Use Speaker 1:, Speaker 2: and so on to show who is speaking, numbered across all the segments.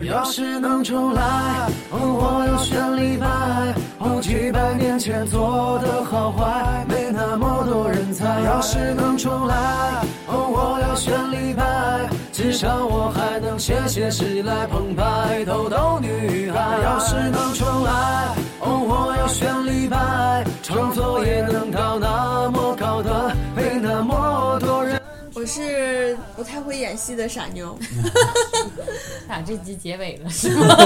Speaker 1: 要是能重来，哦，我要选李白。哦，几百年前做的好坏，没那么多人猜。要是能重来，哦，我要选李白。至少我还能写写诗来澎湃，逗逗女孩。要是能重来，哦，我要选李白。创作也能到那么高端，被那么多人。
Speaker 2: 我是不太会演戏的傻 妞，
Speaker 3: 咋啊这集结尾 了是吗？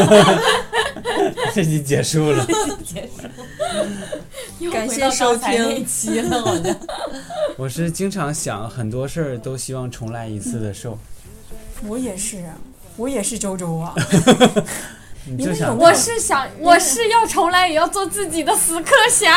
Speaker 4: 这集结束了，
Speaker 3: 结束，又
Speaker 2: 感
Speaker 3: 回
Speaker 2: 谢
Speaker 3: 到
Speaker 2: 收
Speaker 3: 刚才那
Speaker 2: 听
Speaker 3: 期了， 我的。
Speaker 4: 我是经常想很多事儿都希望重来一次的受，
Speaker 5: 嗯我也是啊，我也是周周啊。
Speaker 4: 你就想
Speaker 3: 我是想，我是要重来，也要做自己的死磕侠。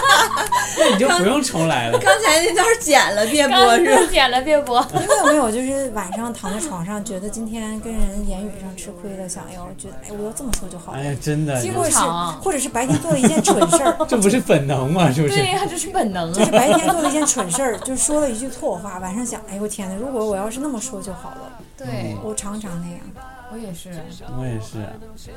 Speaker 4: 那你就不用重 来了。
Speaker 2: 刚才那段剪了，别播
Speaker 3: 刚
Speaker 2: 是吧？
Speaker 3: 刚剪了，别播。
Speaker 5: 你们有没有就是晚上躺在床上，觉得今天跟人言语上吃亏了，想要觉得哎，我要这么说就好了
Speaker 4: 哎。呀，真的，
Speaker 5: 结果是
Speaker 3: 正常 啊，
Speaker 5: 或者是白天做了一件蠢事儿，
Speaker 4: 这不是本能吗？是不是
Speaker 3: 对？呀，这是本能
Speaker 5: 就是
Speaker 3: 啊。
Speaker 5: 白天做了一件蠢事儿，就说了一句错话，晚上想，哎呦我天呐，如果我要是那么说就好了，
Speaker 3: 对
Speaker 5: 我常常那样。
Speaker 3: 我也是，
Speaker 2: 嗯
Speaker 4: 我也是，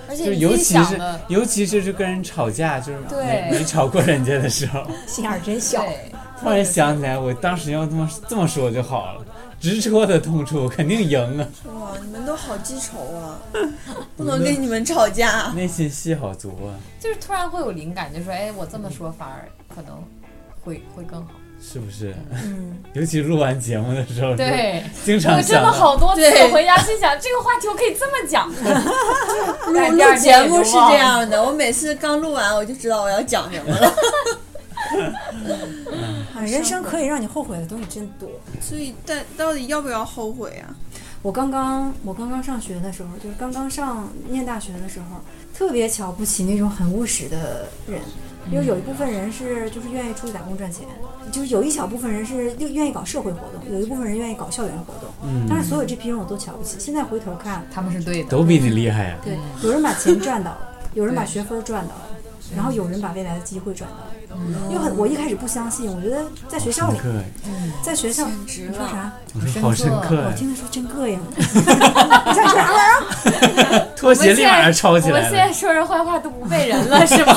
Speaker 3: 而
Speaker 4: 就
Speaker 3: 且你
Speaker 4: 是
Speaker 3: 自
Speaker 4: 尤
Speaker 3: 己
Speaker 4: 其
Speaker 3: 想
Speaker 4: 是
Speaker 3: 的，
Speaker 4: 尤其是是跟人吵架，就是没
Speaker 3: 对
Speaker 4: 没吵过人家的时候，
Speaker 5: 心眼儿真小，
Speaker 3: 对，
Speaker 4: 突然想起来，我当时要这么这么说就好了，直戳的痛处，肯定赢啊！
Speaker 2: 哇，你们都好记仇啊！ 不能跟你们吵架。
Speaker 4: 内心戏好足啊，
Speaker 3: 就是突然会有灵感，就说，哎，我这么说反而可能会会更好。
Speaker 4: 是不是？
Speaker 5: 嗯，
Speaker 4: 尤其录完节目的时候，，
Speaker 3: 对，
Speaker 4: 经
Speaker 3: 我
Speaker 4: 常
Speaker 3: 真
Speaker 4: 想
Speaker 3: 的
Speaker 4: 到
Speaker 3: 好多次
Speaker 2: 对
Speaker 3: 我回家心想，这个话题我可以这么 讲。
Speaker 2: 录
Speaker 3: 但
Speaker 2: 录
Speaker 3: 第二
Speaker 2: 节
Speaker 3: 天也
Speaker 2: 目
Speaker 3: 就是忘
Speaker 2: 这
Speaker 3: 了
Speaker 2: 样的，我每次刚录完我就知道我要讲什么了，
Speaker 5: 啊，人生可以让你后悔的东西真多。
Speaker 2: 所以但到底要不要后悔啊？
Speaker 5: 我刚刚我刚刚上学的时候，就是刚刚上念大学的时候，特别瞧不起那种很务实的人，因为有一部分人是就是愿意出去打工赚钱，就是有一小部分人是又愿意搞社会活动，有一部分人愿意搞校园活动。
Speaker 4: 嗯
Speaker 5: 但是所有这批人我都瞧不起。现在回头看，
Speaker 3: 他们是对的，
Speaker 4: 都比你厉害啊呀、
Speaker 5: 对，有人把钱赚到了，有人把
Speaker 3: 对
Speaker 5: 学分赚到了，然后有人把未来的机会赚到了。因为很，我一开始不相信，我觉得在学校
Speaker 4: 深
Speaker 5: 里，
Speaker 4: 刻呀，
Speaker 5: 在学校，
Speaker 2: 简直
Speaker 5: 你说
Speaker 2: 了
Speaker 5: 啥？
Speaker 4: 我说好深刻啊
Speaker 5: 我
Speaker 4: 呀、
Speaker 5: 听他说真膈应，你想说啥玩意儿？
Speaker 4: 拖
Speaker 3: 我们
Speaker 4: 鞋立
Speaker 3: 现在
Speaker 4: 马就抄起
Speaker 3: 我们
Speaker 4: 来
Speaker 3: 现
Speaker 4: 了
Speaker 3: 在。说人坏话都不背人了， 是吗？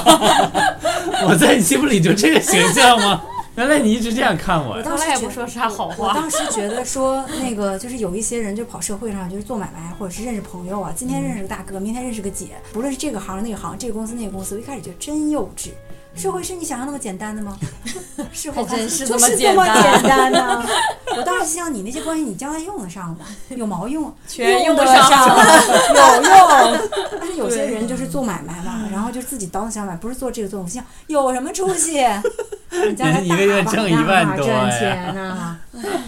Speaker 4: 我在你心目里就这个形象吗？ 原来你一直这样看我
Speaker 5: 我
Speaker 4: 呀，
Speaker 5: 当
Speaker 3: 从
Speaker 5: 时
Speaker 3: 来也
Speaker 5: 觉
Speaker 3: 不说啥好
Speaker 5: 我
Speaker 3: 话。
Speaker 5: 当时觉得说，那个就是有一些人就跑社会上，就是做买卖或者是认识朋友啊，今天认识个大哥，明天认识个姐，不论是这个行那个行，这个公司那个公司，我一开始就真幼稚。社会是你想象那么简单的吗？ 是会
Speaker 3: 还真是
Speaker 5: 就
Speaker 3: 这么
Speaker 5: 是这
Speaker 3: 简
Speaker 5: 么
Speaker 3: 单
Speaker 5: 简单呢、我当时心想，你那些关系你将来用得上吗？有毛用？
Speaker 3: 全
Speaker 5: 用
Speaker 3: 用
Speaker 5: 得
Speaker 3: 得上
Speaker 5: 有用。但是有些人就是做买卖嘛，然后就自己倒腾想买，不是做这个做那个，我心想有什么出息？人家还
Speaker 4: 人一个月
Speaker 5: 大把
Speaker 4: 挣一万
Speaker 5: 大把
Speaker 4: 多哎
Speaker 5: 赚
Speaker 4: 呀
Speaker 5: 啊钱呢、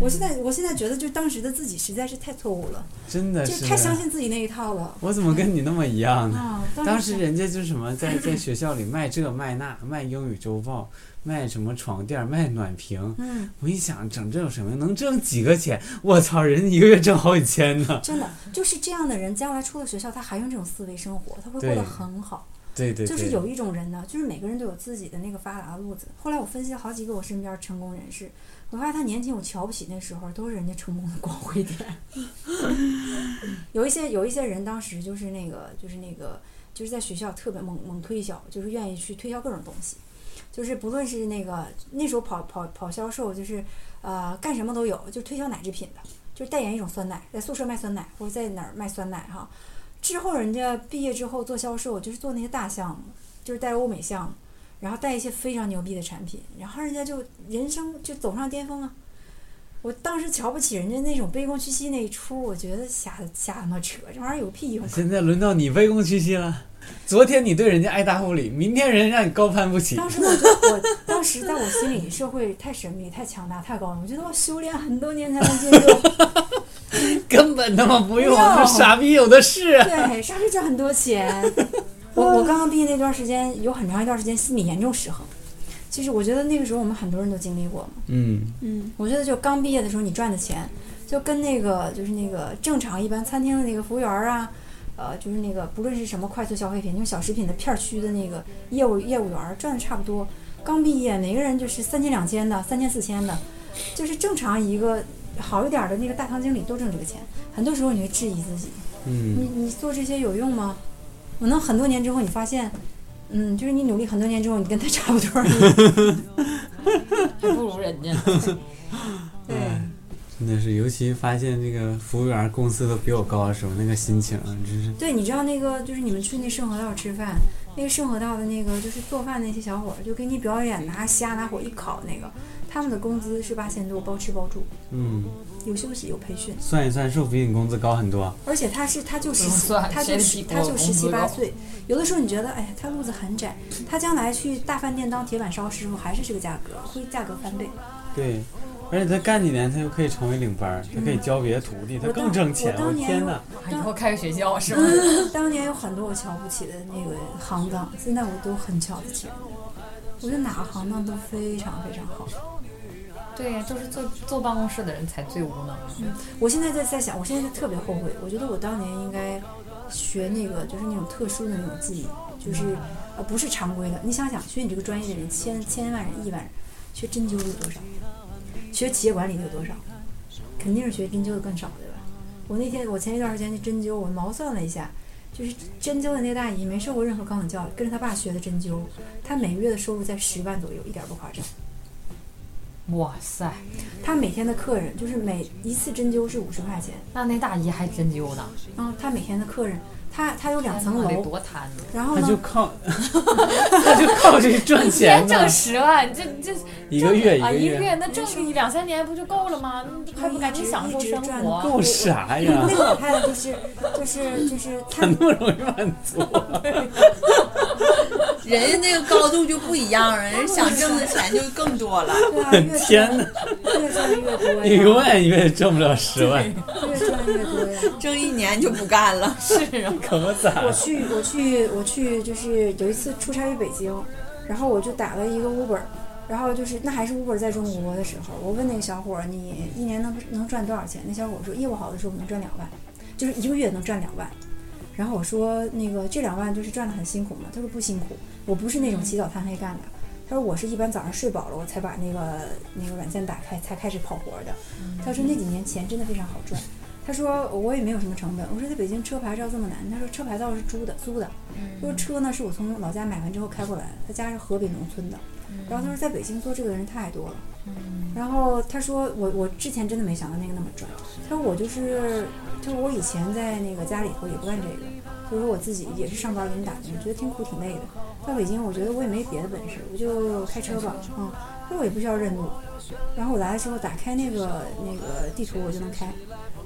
Speaker 5: 我现在，我现在觉得，就当时的自己实在是太错误了，
Speaker 4: 真的
Speaker 5: 就是太相信自己那一套了
Speaker 4: 我怎么跟你那么一样呢？
Speaker 5: 啊！
Speaker 4: 当
Speaker 5: 时
Speaker 4: 时人家就什么在在学校里卖这卖那，卖英语周报，卖什么床垫，卖暖瓶。
Speaker 5: 嗯，
Speaker 4: 我一想，整这有什么用？能挣几个钱？我操，人一个月挣好几千呢！
Speaker 5: 真的就是这样的人，将来出了学校，他还用这种思维生活，他会过
Speaker 4: 对
Speaker 5: 得很好。
Speaker 4: 对对对，
Speaker 5: 就是有一种人呢，就是每个人都有自己的那个发达的路子。后来我分析了好几个我身边成功人士，我发现他年轻我瞧不起那时候都是人家成功的光辉点。 有一些有一些人当时就是那个就是那个就是在学校特别猛猛推销，就是愿意去推销各种东西，就是不论是那个那时候跑跑跑销售，就是呃干什么都有，就推销奶制品吧，就是代言一种酸奶，在宿舍卖酸奶或者在哪儿卖酸奶哈。之后人家毕业之后做销售，就是做那些大项目，就是带欧美项目，然后带一些非常牛逼的产品，然后人家就人生就走上巅峰啊！我当时瞧不起人家那种卑躬屈膝那一出，我觉得瞎瞎他妈扯，这玩意儿有屁 用！
Speaker 4: 现在轮到你卑躬屈膝了。昨天你对人家爱答不理，明天人家让你高攀不起。
Speaker 5: 当时我就我当时在我心里，社会太神秘、太强大、太高冷，我觉得我修炼很多年才能进入。
Speaker 4: 根本他妈不用，
Speaker 5: 不用
Speaker 4: 那傻逼有的是。
Speaker 5: 对，上去赚很多钱。我我刚刚毕业那段时间，有很长一段时间心理严重失衡。其实我觉得那个时候我们很多人都经历过嘛。
Speaker 4: 嗯，
Speaker 5: 我觉得就刚毕业的时候你赚的钱，就跟那个就是那个正常一般餐厅的那个服务员儿啊，呃，就是那个不论是什么快速消费品，就是小食品的片儿区的那个业务业务员儿赚的差不多。刚毕业，每个人就是三千两千的，三千四千的，就是正常一个好一点儿的那个大堂经理都挣这个钱。很多时候你会质疑自己，你
Speaker 4: 嗯，
Speaker 5: 你做这些有用吗？可能很多年之后你发现，嗯，就是你努力很多年之后，你跟他差不多了。
Speaker 3: 还不如人家。
Speaker 5: 对，
Speaker 4: 哎
Speaker 3: 嗯
Speaker 4: 真的是，尤其发现这个服务员工资都比我高的时候，那个心情啊真是，
Speaker 5: 对，你知道那个就是你们去那圣河道吃饭，那个圣河道的那个就是做饭那些小伙儿，就给你表演拿虾拿火一烤那个，他们的工资是八千多，包吃包住，
Speaker 4: 嗯，
Speaker 5: 有休息有培训，
Speaker 4: 算一算，是不是比你工资高很多？
Speaker 5: 而且他是他就十
Speaker 3: 不用
Speaker 5: 七，
Speaker 3: 算
Speaker 5: 他
Speaker 3: 谁
Speaker 5: 就十
Speaker 3: 比
Speaker 5: 他
Speaker 3: 我
Speaker 5: 就
Speaker 3: 工
Speaker 5: 十七
Speaker 3: 资
Speaker 5: 八
Speaker 3: 高
Speaker 5: 岁，有的时候你觉得哎呀他路子很窄，他将来去大饭店当铁板烧师傅还是这个价格，会价格翻倍。
Speaker 4: 对，而且他干几年，他就可以成为领班儿，他可以教别的徒弟，他
Speaker 5: 我
Speaker 4: 更
Speaker 5: 当
Speaker 4: 挣钱。
Speaker 5: 我
Speaker 4: 我
Speaker 5: 当年
Speaker 4: 天
Speaker 5: 有
Speaker 4: 哪！
Speaker 3: 以后开个学校是吗？
Speaker 5: 嗯当年有很多我瞧不起的那个行当，现在我都很瞧得起人家。我觉得哪个行当都非常非常好。
Speaker 3: 对呀，就是坐坐办公室的人才最无能。
Speaker 5: 我现在在在想，我现在特别后悔，我觉得我当年应该学那个就是那种特殊的那种技艺，就是呃不是常规的。你想想，学你这个专业的人千千万人亿万人，学针灸的有多少？学企业管理的有多少？肯定是学针灸的更少，对吧？我那天我前一段时间去针灸，我毛算了一下，就是针灸的那个大姨没受过任何高等教育，跟着她爸学的针灸，她每个月的收入在十万左右，一点儿不夸张。
Speaker 3: 哇塞，
Speaker 5: 她每天的客人就是每一次针灸是五十块钱。
Speaker 3: 那那大姨还针灸呢，
Speaker 5: 然后他每天的客人，他他有两层
Speaker 3: 那得
Speaker 5: 楼，
Speaker 3: 多贪呢。
Speaker 5: 然后
Speaker 4: 他就
Speaker 5: 呢，
Speaker 4: 靠， 他就靠这赚
Speaker 3: 年
Speaker 4: 钱呢，
Speaker 3: 挣十万，这这
Speaker 4: 一个月一
Speaker 3: 啊
Speaker 4: 个
Speaker 3: 一
Speaker 4: 月，
Speaker 3: 那挣一两三年不就够了吗？那还不赶紧享受生活？
Speaker 4: 够啥哎呀
Speaker 5: 那？个老太太就是就是就是
Speaker 4: 他
Speaker 5: 他
Speaker 4: 那么容易满足？
Speaker 2: 人家那个高度就不一样了，人家想挣的钱就更多 了。
Speaker 5: 对啊，越
Speaker 4: 天
Speaker 5: 赚
Speaker 4: 哪
Speaker 5: 越赚越多
Speaker 4: 你永
Speaker 5: 呀，
Speaker 4: 远也挣不了十万，
Speaker 5: 越赚
Speaker 4: 哎
Speaker 5: 越多呀。
Speaker 2: 挣一年就不干了，
Speaker 3: 是啊，
Speaker 4: 可咋？
Speaker 5: 我去，我去，我去，就是有一次出差去北京，然后我就打了一个 Uber，然后就是那还是 Uber 在中国的时候，我问那个小伙儿你一年能能赚多少钱？那小伙儿说业务好的时候能赚两万，就是一个月能赚两万。然后我说那个这两万就是赚的很辛苦嘛，他说不辛苦，我不是那种起早贪黑干的。他说我是一般早上睡饱了，我才把那个那个软件打开，才开始跑活儿的。他说那几年钱真的非常好赚。他说我也没有什么成本。我说在北京车牌照这么难，他说车牌照是租的租的。他说车呢是我从老家买完之后开过来的，他家是河北农村的。然后他说在北京做这个的人太多了。然后他说我我之前真的没想到那个那么赚。他说我就是，他说我以前在那个家里头也不干这个，所以说我自己也是上班给你打工，觉得挺苦挺累的。到北京我觉得我也没别的本事，我就开车吧，嗯，他说我也不需要认路。然后我来的时候打开那个那个地图我就能开。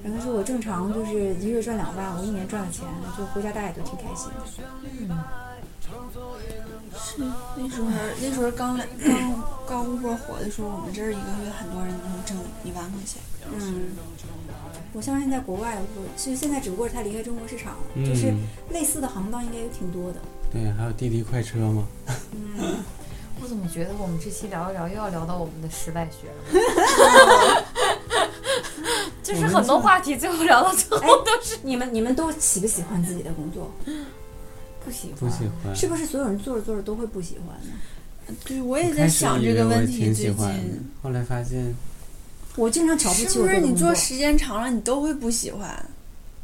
Speaker 5: 然后他说我正常就是一个月赚两万，我一年赚了钱，就回家大家也都挺开心的。
Speaker 2: 那时候那时候刚来刚刚微博火的时候，我们这儿一个月很多人能挣一万块钱。
Speaker 5: 嗯，我相信在国外，我其实现在只不过是他离开中国市场了，就是
Speaker 4: 嗯，
Speaker 5: 类似的行当应该有挺多的。
Speaker 4: 对，还有滴滴快车嘛，
Speaker 5: 嗯，
Speaker 3: 我怎么觉得我们这期聊一聊又要聊到我们的失败学 了？就是很多话题最后聊到最后
Speaker 5: 哎，你们你们都喜不喜欢自己的工 作？
Speaker 3: 不喜
Speaker 4: 不喜欢。
Speaker 5: 是不是所有人做着做着都会不喜欢呢？
Speaker 2: 对，我也
Speaker 4: 开
Speaker 2: 在
Speaker 4: 始
Speaker 2: 想
Speaker 4: 以
Speaker 2: 这个
Speaker 4: 为我
Speaker 2: 问
Speaker 4: 也
Speaker 2: 题，
Speaker 4: 挺喜
Speaker 2: 最
Speaker 4: 欢的
Speaker 2: 近。
Speaker 4: 后来发现，
Speaker 5: 我经常瞧不起
Speaker 2: 是
Speaker 5: 我
Speaker 2: 不是
Speaker 5: 的
Speaker 2: 你
Speaker 5: 工作
Speaker 2: 做。时间长了，你都会不喜欢？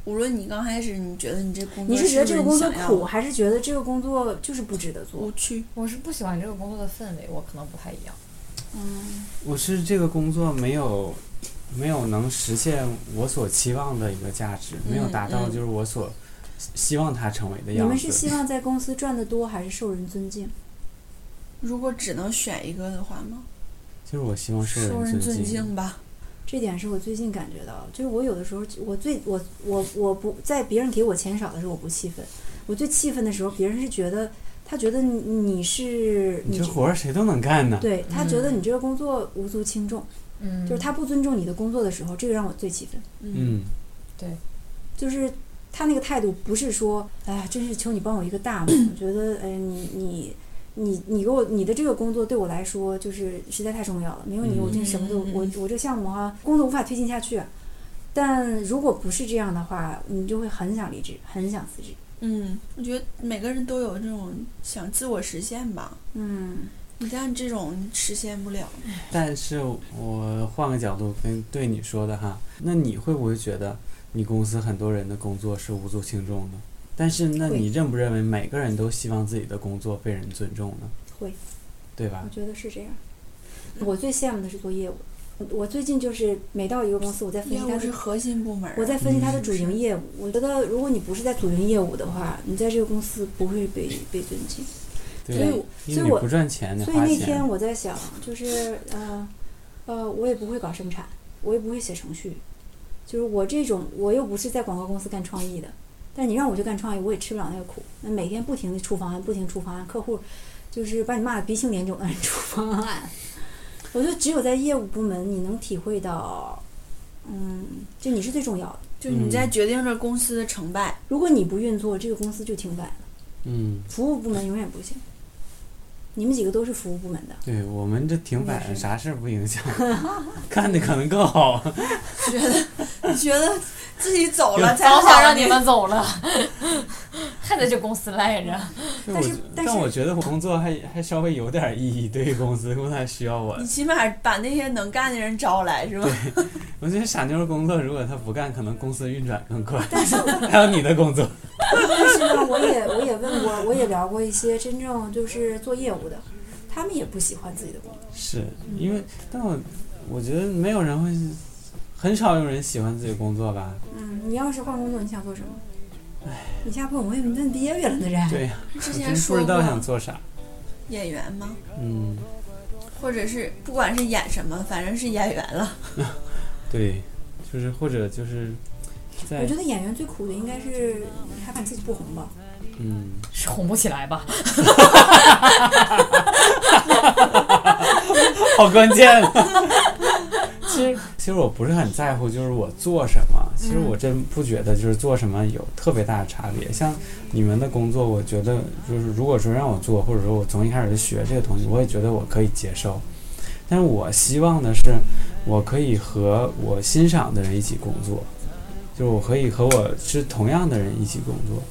Speaker 2: 无论你刚开始你觉得你这工作
Speaker 5: 你是觉得这个
Speaker 2: 不
Speaker 5: 工
Speaker 2: 你
Speaker 5: 作
Speaker 2: 想要
Speaker 5: 苦，啊还是觉得这个工作就是不值得做
Speaker 2: 无？趣？
Speaker 3: 我是不喜欢这个工作的氛围，我可能不太一样。
Speaker 2: 嗯，
Speaker 4: 我是这个工作没有没有能实现我所期望的一个价值，没有
Speaker 2: 嗯
Speaker 4: 达到
Speaker 2: 嗯
Speaker 4: 就是我所希望它成为的
Speaker 5: 你
Speaker 4: 样
Speaker 5: 们是
Speaker 4: 子。
Speaker 5: 希望在公司赚得多，还是受人尊敬？
Speaker 2: 如果只能选一个的话吗？
Speaker 4: 就是我希望
Speaker 2: 受人
Speaker 4: 人
Speaker 2: 尊
Speaker 4: 敬。
Speaker 2: 敬吧。
Speaker 5: 这点是我最近感觉到的，就是我有的时候，我最我我我不在别人给我钱少的时候我不气愤，我最气愤的时候，别人是觉得他觉得你你是
Speaker 4: 你
Speaker 5: 你
Speaker 4: 这活儿谁都能干呢。
Speaker 5: 对他觉得你这个工作无足轻重，
Speaker 3: 嗯，
Speaker 5: 就是他不尊重你的工作的时候，这个让我最气愤。
Speaker 4: 嗯，
Speaker 5: 就是他那个态度不是说，哎呀，真是求你帮我一个大忙，我觉得，哎，你你你你给我你的这个工作对我来说就是实在太重要了，没有你
Speaker 4: 嗯
Speaker 5: 我真什么都
Speaker 2: 嗯嗯嗯
Speaker 5: 我我这个项目哈、工作无法推进下去、啊但如果不是这样的话，你就会很想离职，很想辞职。
Speaker 2: 嗯，我觉得每个人都有这种想自我实现吧。
Speaker 5: 嗯，
Speaker 2: 一旦这种实现不了，
Speaker 4: 但是我换个角度跟对你说的哈，那你会不会觉得，你公司很多人的工作是无足轻重的。但是，那
Speaker 5: 会
Speaker 4: 你认不认为每个人都希望自己的工作被人尊重呢？
Speaker 5: 会，
Speaker 4: 对吧
Speaker 5: 我？觉得是这样。我最羡慕的是做业务，我最近就是每到一个公司，我在分析
Speaker 2: 业
Speaker 5: 它
Speaker 2: 务
Speaker 5: 的
Speaker 2: 是核心部门啊，
Speaker 5: 我在分析它的
Speaker 2: 嗯
Speaker 5: 主营业务，我觉得如果你不是在主营业务的话，你在这个公司不会被被尊敬。
Speaker 4: 对
Speaker 5: 所以
Speaker 4: 吧，
Speaker 5: 我，
Speaker 4: 因
Speaker 5: 所
Speaker 4: 为你
Speaker 5: 以我
Speaker 4: 不赚钱，你
Speaker 5: 所以
Speaker 4: 花
Speaker 5: 那天
Speaker 4: 钱，
Speaker 5: 我在想，就是呃呃，我也不会搞生产，我也不会写程序，就是我这种我又不是在广告公司干创意的，但你让我去干创意，我也吃不了那个苦。那每天不停的出方案，不停地出方案，客户就是把你骂的鼻青脸肿的，出方案。我觉得只有在业务部门，你能体会到，嗯，就你是最重要的。
Speaker 2: 就你在
Speaker 4: 嗯
Speaker 2: 决定着公司的成败。
Speaker 5: 如果你不运作，这个公司就停摆了。
Speaker 4: 嗯，
Speaker 5: 服务部门永远不行。你们几个都是服务部门的，
Speaker 4: 对我们这停摆
Speaker 5: 也
Speaker 4: 了，
Speaker 5: 是
Speaker 4: 啥事儿不影响， 干的可能更好。
Speaker 2: 觉得觉得自己走了才
Speaker 3: 早
Speaker 2: 好
Speaker 3: 想让你们走 了，还在这公司赖着。
Speaker 4: 对
Speaker 5: 但
Speaker 4: 我
Speaker 5: 是
Speaker 4: 觉
Speaker 5: 但
Speaker 4: 但
Speaker 5: 是
Speaker 4: 我觉得我工作还还稍微有点意义，对于公司，公司还需要我
Speaker 2: 你。
Speaker 5: 嗯
Speaker 2: 起码把那些能干的人招来是吧？
Speaker 4: 我觉得傻妞儿工作如果她不干，可能公司运转更快。 还有你的工作，
Speaker 5: 但是呢，我也我也问过，我也聊过一些真正就是做业务的，他们也不喜欢自己的工作。
Speaker 4: 是因为，但我我觉得没有人会，很少有人喜欢自己工作吧？
Speaker 5: 嗯，你要是换工作，你想做什么？你下不我也问憋憋了的人。
Speaker 4: 对呀，
Speaker 2: 之
Speaker 4: 我
Speaker 2: 前
Speaker 4: 真不
Speaker 2: 说
Speaker 4: 知道
Speaker 2: 过
Speaker 4: 想做啥。
Speaker 2: 演员吗？
Speaker 4: 嗯，
Speaker 2: 或者是不管是演什么，反正是演员了。
Speaker 4: 对，就是或者就是在
Speaker 5: 我觉得演员最苦的应该是你害怕你自己不红吧？
Speaker 4: 嗯，
Speaker 3: 是红不起来吧？
Speaker 4: 好关键啊。 其实，其实我不是很在乎，就是我做什么。其实我真不觉得就是做什么有特别大的差别。像你们的工作，我觉得就是如果说让我做，或者说我从一开始就学这个东西，我也觉得我可以接受。但是我希望的是，我可以和我欣赏的人一起工作，就是我可以和我是同样的人一起工作。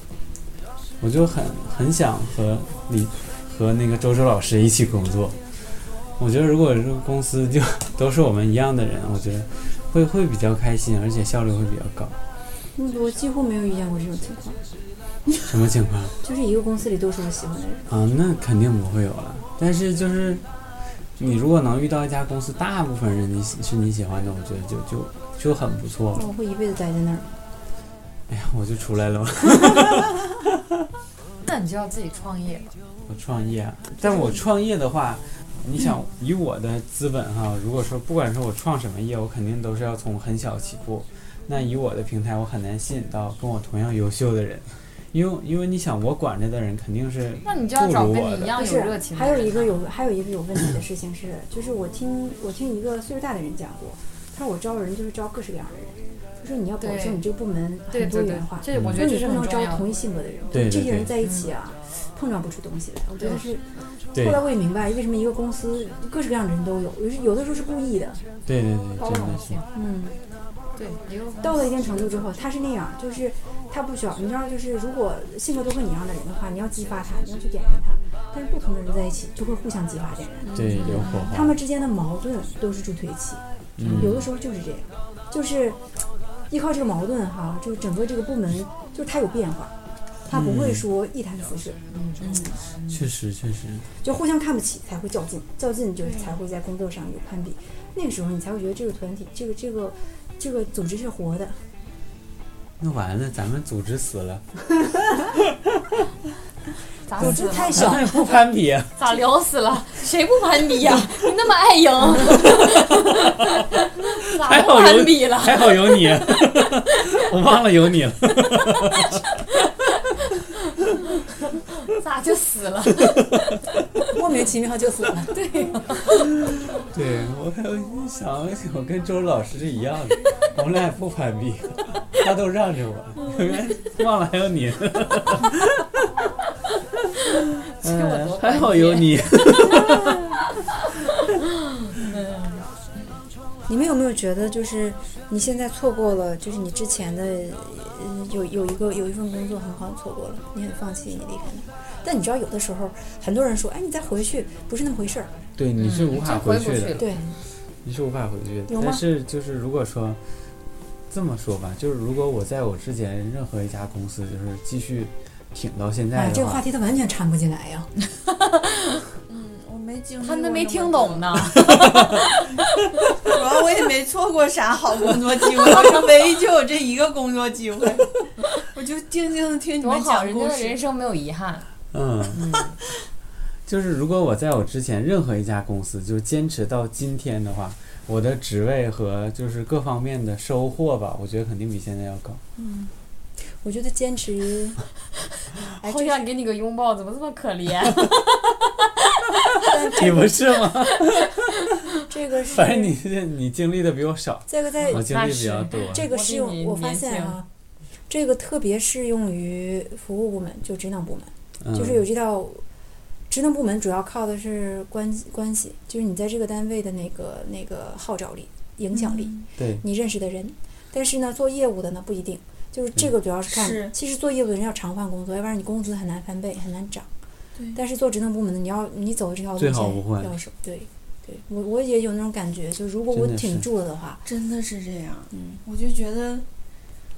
Speaker 4: 我就很很想和李和那个周周老师一起工作。我觉得如果是公司就都是我们一样的人，我觉得会会比较开心，而且效率会比较高。
Speaker 5: 嗯我几乎没有遇见过这种情况，
Speaker 4: 什么情况
Speaker 5: 就是一个公司里都是我喜欢的人。
Speaker 4: 啊？那肯定不会有了。但是就是你如果能遇到一家公司，大部分人你喜是你喜欢的，我觉得就就就很不错
Speaker 5: 那
Speaker 4: 了。
Speaker 5: 我会一辈子待在那儿。
Speaker 4: 哎呀，我就出来了，
Speaker 3: 那你就要自己创业了。
Speaker 4: 我创业啊。但我创业的话，你想以我的资本哈，如果说不管是我创什么业，我肯定都是要从很小起步。那以我的平台，我很难吸引到跟我同样优秀的人，因为因为你想，我管着的人肯定是
Speaker 3: 那你就要找跟你一样有
Speaker 5: 不是
Speaker 3: 热情，的
Speaker 5: 还
Speaker 3: 人。啊
Speaker 5: 有一个有还有一个有问题的事情是，就是我听我听一个岁数大的人讲过，他说我招人就是招各式各样的人，就说你要保
Speaker 3: 对
Speaker 5: 证你这个部门
Speaker 3: 对
Speaker 5: 很多
Speaker 3: 对对
Speaker 5: 元化，，嗯
Speaker 3: 这我觉
Speaker 5: 就
Speaker 3: 得
Speaker 5: 你
Speaker 3: 这是
Speaker 5: 不
Speaker 3: 很
Speaker 5: 能
Speaker 3: 重
Speaker 5: 招
Speaker 3: 要的。
Speaker 5: 同一性格的人，
Speaker 4: 对对
Speaker 5: 这些
Speaker 4: 对
Speaker 5: 人在一起啊，碰撞不出东西来。我觉得
Speaker 3: 对
Speaker 5: 是，
Speaker 4: 对
Speaker 5: 后来我也明白为什么一个公司各式各样的人都有，有时有的时候是故意的，
Speaker 4: 对对对，
Speaker 3: 包
Speaker 4: 真
Speaker 3: 容
Speaker 4: 的是
Speaker 3: 性，
Speaker 5: 嗯，
Speaker 3: 对，一个
Speaker 5: 到了一定程度之后，他是那样，就是他不需要，你知道，就是如果性格都和你一样的人的话，你要激发他，你要去点燃他，但是不同的人在一起就会互相激发点燃。
Speaker 4: 对有火
Speaker 5: 嗯他
Speaker 4: 花。
Speaker 5: 们之间的矛盾都是助推器，
Speaker 4: 嗯
Speaker 5: 有的时候就是这样，就是依靠这个矛盾哈，就整个这个部门就是它有变化，它不
Speaker 3: 嗯
Speaker 5: 会说一潭死水，
Speaker 4: 确实确实，
Speaker 5: 就互相看不起才会较劲，较劲就是才会在工作上有攀比，那个时候你才会觉得这个团体，这个这个这个组织是活的，
Speaker 4: 那完了，咱们组织死 了，
Speaker 3: 咋
Speaker 5: 组
Speaker 3: 死
Speaker 5: 织
Speaker 3: 了？
Speaker 5: 太
Speaker 4: 咱
Speaker 5: 小，
Speaker 4: 们也不攀比啊。
Speaker 3: 咋聊死了？谁不攀比呀、你那么爱 赢，咋不攀比了？
Speaker 4: 还好有你，啊 我忘了有你了。
Speaker 3: 咋就死了？
Speaker 5: 莫名其妙就死了。对，
Speaker 4: 对我，我想我跟周老师是一样的，我们俩也不攀比，他都让着我，忘了还有你。
Speaker 3: 这我多
Speaker 4: 嗯
Speaker 3: 啊
Speaker 4: 还好 有你，
Speaker 5: 你们有没有觉得就是你现在错过了，就是你之前的呃有有一个有一份工作很好你错过了，你很放弃，你离开那儿。但你知道有的时候很多人说，哎，你再回去不是那么回事儿，
Speaker 4: 对你是无法
Speaker 3: 嗯回不
Speaker 4: 去的，
Speaker 3: 了。
Speaker 5: 对，
Speaker 4: 你是无法回去的
Speaker 5: 有。吗
Speaker 4: 但是就是如果说这么说吧，就是如果我在我之前任何一家公司，就是继续挺到现在
Speaker 6: 哎，这
Speaker 4: 的
Speaker 6: 个
Speaker 4: 话，
Speaker 6: 话题他完全掺不进来呀。
Speaker 2: 嗯，我没经历，
Speaker 3: 他们没听懂，呢，
Speaker 2: 主要我也没错过啥好工作机会，我这唯一就有这一个工作机会， 我就静静地听你
Speaker 3: 多
Speaker 2: 们
Speaker 3: 好，
Speaker 2: 讲
Speaker 3: 人家
Speaker 2: 故
Speaker 3: 的人
Speaker 2: 事。
Speaker 3: 生没有遗憾。
Speaker 4: 嗯， 就是如果我在我之前任何一家公司，就是坚持到今天的话，我的职位和就是各方面的收获吧，我觉得肯定比现在要 高。
Speaker 5: 我觉得坚持，哎，
Speaker 3: 好
Speaker 5: 这
Speaker 3: 想给你个拥抱，怎么这么可怜？
Speaker 4: 你不是吗？
Speaker 5: 这个 是
Speaker 4: 反正你是你经历的比我少，
Speaker 5: 这个在
Speaker 4: 我经历比较
Speaker 3: 那是
Speaker 4: 多。
Speaker 5: 这个
Speaker 3: 我
Speaker 5: 适
Speaker 3: 比
Speaker 5: 用，
Speaker 3: 你
Speaker 5: 我发
Speaker 3: 年
Speaker 5: 现
Speaker 3: 轻
Speaker 5: 啊，这个特别适用于服务部门，就职能部门，
Speaker 4: 嗯、
Speaker 5: 就是有这道职能部门主要靠的是关关系，就是你在这个单位的那个那个号召力、影响
Speaker 2: 嗯
Speaker 5: 力，
Speaker 4: 对，
Speaker 5: 你认识的人。但是呢，做业务的呢不一定，就是这个主要是看。
Speaker 2: 是
Speaker 5: 其实做业务的人要常换工作，要不然你工资很难翻倍，很难涨。
Speaker 2: 对
Speaker 5: 但是做职能部门的，你要你走这条路
Speaker 4: 最
Speaker 5: 线
Speaker 4: 好不换
Speaker 5: 要是对，对我我也有那种感觉，就如果我
Speaker 4: 真的是
Speaker 5: 挺住了的话，
Speaker 2: 真的是这样，
Speaker 5: 嗯，
Speaker 2: 我就觉得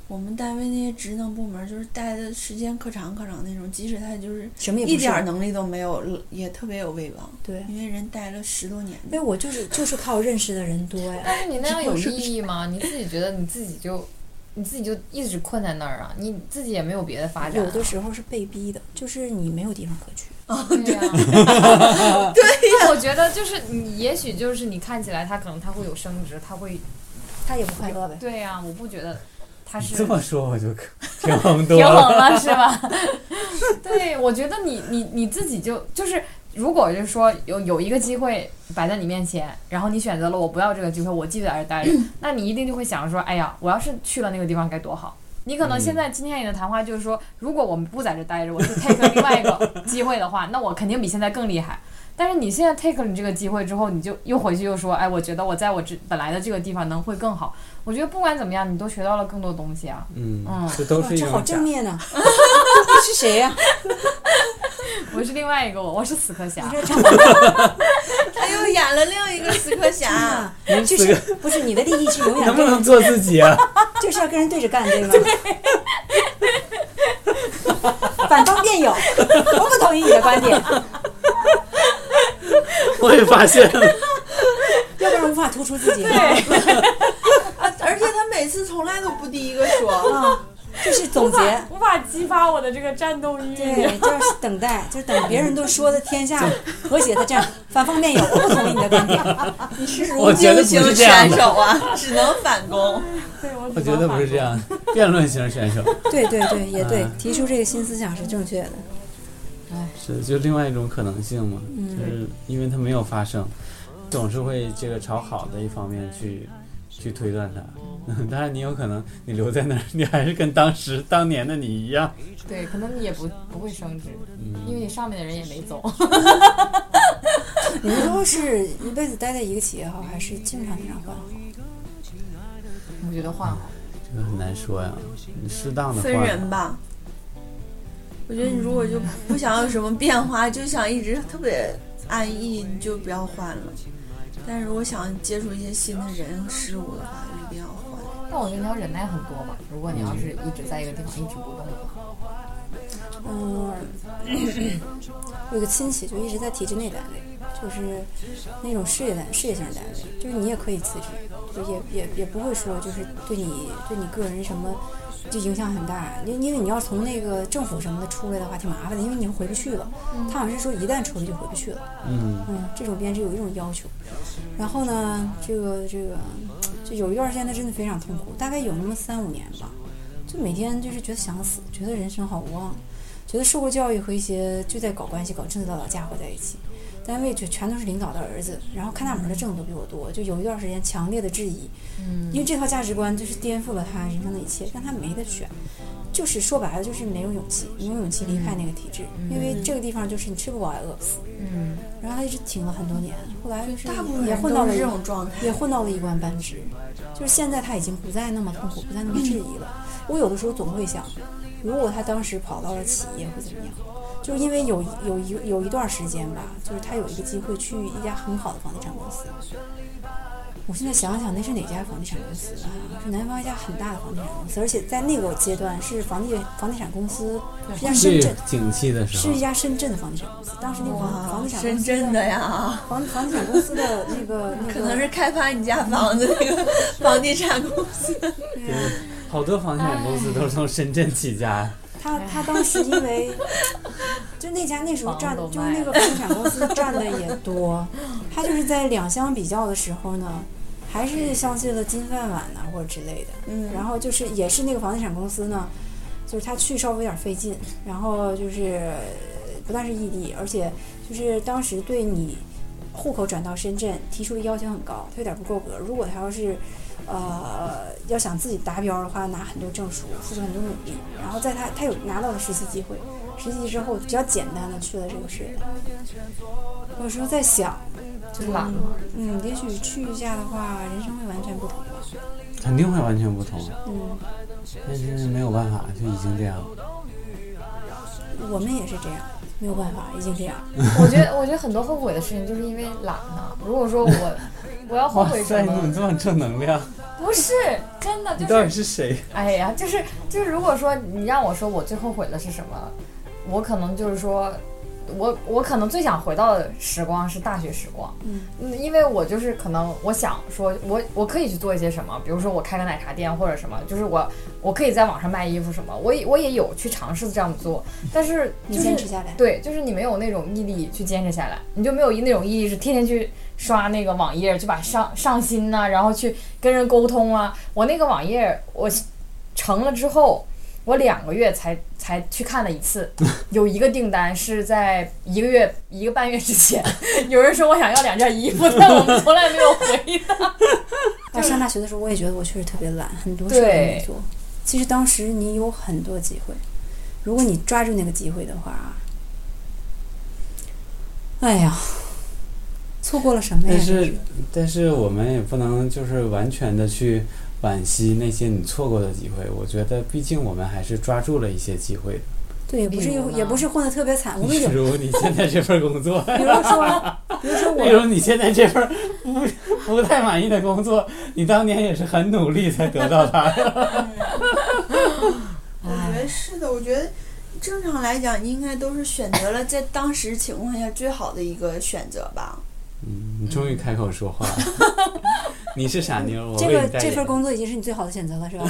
Speaker 2: 我们单位那些职能部门，就是待的时间可长可长那种，即使他就是
Speaker 5: 什么也不
Speaker 2: 一
Speaker 5: 是
Speaker 2: 点儿能力都没有，也特别有威望，
Speaker 5: 对。
Speaker 2: 因为人待了十多 年。
Speaker 5: 因为我就是就是靠认识的人多呀，
Speaker 3: 但是你那样有意义 吗？你自己觉得你自己就你自己就一直困在那儿啊，你自己也没有别的发展、啊。
Speaker 5: 有的时候是被逼的，就是你没有地方可去。
Speaker 3: 对 呀、对呀、我觉得 就是你，也许就是你看起来他可能他会有升职，他会
Speaker 5: 他也不快乐呗。
Speaker 3: 对呀、我不觉得他是
Speaker 4: 这么说我就可平衡多
Speaker 3: 平衡
Speaker 4: 了。
Speaker 3: 了是吧？ 对，我觉得你你你自己就就是，如果就是说有有一个机会摆在你面前，然后你选择了我不要这个机会，我继续在这儿待 着，那你一定就会想说，哎呀，我要是去了那个地方该多好。你可能现在今天你的谈话就是说，如果我们不在这儿待着，我去 take 另外一个机会的话，那我肯定比现在更厉害。但是你现在 take 了你这个机会之后，你就又回去又说，哎，我觉得我在我这本来的这个地方能会更好。我觉得不管怎么样，你都学到了更多东西啊。
Speaker 4: 嗯
Speaker 3: 嗯，
Speaker 4: 这都
Speaker 5: 哇，
Speaker 4: 是一
Speaker 5: 这好
Speaker 4: 种
Speaker 5: 正
Speaker 4: 假。
Speaker 5: 面 呢！你是谁啊呀、
Speaker 3: 我是另外一个我，我是死磕侠
Speaker 5: 你。这唱反调
Speaker 2: 他又哎演了另一个死磕侠。
Speaker 5: 啊！就是不是你的利益是永远
Speaker 4: 能不
Speaker 5: 跟
Speaker 4: 能
Speaker 5: 人，
Speaker 4: 做自己啊？
Speaker 5: 就是要跟人对着干，对吧？反方辩友， 我不同意你的观点，
Speaker 4: 我也发现了，
Speaker 5: 要不然无法突出自己。
Speaker 2: 啊， 而且他每次从来都不第一个 说。
Speaker 5: 啊，就是总结。
Speaker 3: 无法激发我的这个战斗 欲
Speaker 5: 对，就是等待，就是等别人都说的天下和谐的这样，反方辩友，我不同意你的观点。
Speaker 2: 你是
Speaker 4: 我觉得不是这样的
Speaker 2: 手啊，只能反攻。
Speaker 5: 嗯
Speaker 3: 对，我
Speaker 4: 我觉得不是这。样，辩论型选手
Speaker 5: 对对对，也对
Speaker 4: 嗯，
Speaker 5: 提出这个新思想是正确的。
Speaker 4: 是就另外一种可能性嘛，就是因为它没有发生，总是会这个朝好的一方面去去推断它。 当然，你有可能你留在那儿，你还是跟当时当年的你一样。
Speaker 3: 对，可能你也不不会升职，
Speaker 4: 嗯
Speaker 3: 因为你上面的人也没走。
Speaker 5: 你们都是一辈子待在一个企业好，还是经常经常换好？
Speaker 3: 我觉得换好，
Speaker 4: 这个很难说呀，你适当的
Speaker 2: 分人
Speaker 4: 换，
Speaker 2: 吧。我觉得你如果就不想有什么变化，就想一直特别安逸，你就不要换了。但是我想接触一些新的人和事物的话，就一定要换。
Speaker 3: 但我觉得你要忍耐很多吧。如果你要是一直在一个地方一直不动的话，
Speaker 5: 嗯， 我有个亲戚就一直在体制内单位，就是那种事业单事业型单位，就是你也可以辞职，就也也也不会说就是对你对你个人什么就影响很大，因因为你要从那个政府什么的出来的话挺麻烦的，因为你又回不去了。他好像是说一旦出来就回不去了。
Speaker 4: 嗯，
Speaker 5: 嗯，这种编制有一种要求。然后呢，这个这个，就有一段时间他真的非常痛苦，大概有那么三五年吧，就每天就是觉得想死，觉得人生好无望，觉得受过教育和一些就在搞关系、搞政治的老家伙在一起，单位就全都是领导的儿子，然后看大门儿的挣的都比我多，就有一段时间强烈的质疑，
Speaker 2: 嗯
Speaker 5: 因为这套价值观就是颠覆了他人生的一切，但他没得选。就是说白了，就是没有勇气，没有勇气离开那个体制，
Speaker 2: 嗯
Speaker 5: 因为这个地方就是你吃不饱还饿不死。
Speaker 3: 嗯，
Speaker 5: 然后他一直挺了很多年，后来就是
Speaker 2: 大部分
Speaker 5: 也
Speaker 2: 人
Speaker 5: 混到
Speaker 2: 都
Speaker 5: 了
Speaker 2: 是
Speaker 5: 一
Speaker 2: 这种状态。
Speaker 5: 也混到了一官半职，就是现在他已经不再那么痛苦，不再那么质疑了。我有的时候总会想，如果他当时跑到了企业会怎么样？就是因为有有一有一段时间吧，就是他有一个机会去一家很好的房地产公司，我现在想想，那是哪家房地产公司啊？是南方一家很大的房地产公司，而且在那个阶段是房地房地产公司是一家深
Speaker 4: 最
Speaker 5: 圳，
Speaker 4: 景气的时
Speaker 5: 是
Speaker 4: 候
Speaker 5: 一，家深圳的房地产公司。当时那个房
Speaker 2: 哇
Speaker 5: 房，地产公
Speaker 2: 啊深
Speaker 5: 司嗯
Speaker 2: 圳的呀，
Speaker 5: 房房地产公司的那个那个
Speaker 2: 可能是开发你家房子那个房地产公司。
Speaker 5: 对啊
Speaker 4: 好多房地产公司都是从深圳起家。
Speaker 5: 他他当时因 为就那家那时候
Speaker 3: 房
Speaker 5: 占
Speaker 3: 都
Speaker 5: 就是
Speaker 3: 卖
Speaker 5: 那个房地产公 司占的也多，他就是在两相比较的时候呢，还是相信了金饭碗呐、或者之类的。
Speaker 2: 嗯
Speaker 5: 然后就是也是那个房地产公司呢，就是他去稍微有点费劲，然后就是呃不但是异地，而且就是当时对你户口转到深圳提出的要求很高，他有点不够格。如果他要是呃要想自己达标的话，拿很多证书，付出很多努力，然后在他他有拿到了实习机会，实习之后比较简单的去了这个市。有时候在想，
Speaker 3: 就懒了。
Speaker 5: 嗯，也许去一下的话，人生会完全不同吧。
Speaker 4: 肯定会完全不同，
Speaker 5: 嗯，
Speaker 4: 但是没有办法，就已经这样。
Speaker 5: 我们也是这样，没有办法，已经这样。
Speaker 3: 我觉得，我觉得很多后悔的事情就是因为懒呢。如果说我，我要后
Speaker 4: 哇
Speaker 3: 悔什
Speaker 4: 塞，你怎么
Speaker 3: 么？
Speaker 4: 这么正能量？
Speaker 3: 不是真的，
Speaker 4: 你
Speaker 3: 就
Speaker 4: 到
Speaker 3: 是
Speaker 4: 底是谁？
Speaker 3: 哎呀，就是就是，如果说你让我说我最后悔的是什么，我可能就是说，我我可能最想回到的时光是大学时光，嗯，因为我就是可能我想说我我可以去做一些什么，比如说我开个奶茶店或者什么，就是我我可以在网上卖衣服什么，我也我也有去尝试这样做，但是
Speaker 5: 你
Speaker 3: 就是
Speaker 5: 坚持下来
Speaker 3: 对，就是你没有那种毅力去坚持下来，你就没有那种毅力是天天去刷那个网页，去把上上新呐、然后去跟人沟通啊。我那个网页我成了之后，我两个月才才去看了一次，有一个订单是在一个月一个半月之前， 有人说我想要两件衣服，但我们从来没有回 答。
Speaker 5: 但上大学的时候，我也觉得我确实特别懒，很多事儿都没
Speaker 3: 对
Speaker 5: 做。其实当时你有很多机会，如果你抓住那个机会的话啊，哎呀，错过了什么呀？
Speaker 4: 但
Speaker 5: 真
Speaker 4: 是，但是我们也不能就是完全的去惋惜那些你错过的机会。我觉得，毕竟我们还是抓住了一些机会的。
Speaker 5: 对，也不是
Speaker 3: 比如呢
Speaker 5: 也不是混得特别惨，我们
Speaker 4: 比
Speaker 5: 有，
Speaker 4: 如你现在这份工作，
Speaker 5: 比 如说，比如说
Speaker 4: 比如
Speaker 5: 我，
Speaker 4: 你现在这份不不太满意的工作，你当年也是很努力才得到 它的。
Speaker 2: 嗯 我觉得是的，我觉得正常来讲，你应该都是选择了在当时情况下最好的一个选择吧。
Speaker 4: 嗯，你终于开口说话 了。你是傻妞，我
Speaker 5: 这
Speaker 4: 为
Speaker 5: 个
Speaker 4: 你代
Speaker 5: 这份
Speaker 4: 言。
Speaker 5: 工作已经是你最好的选择了，是吧？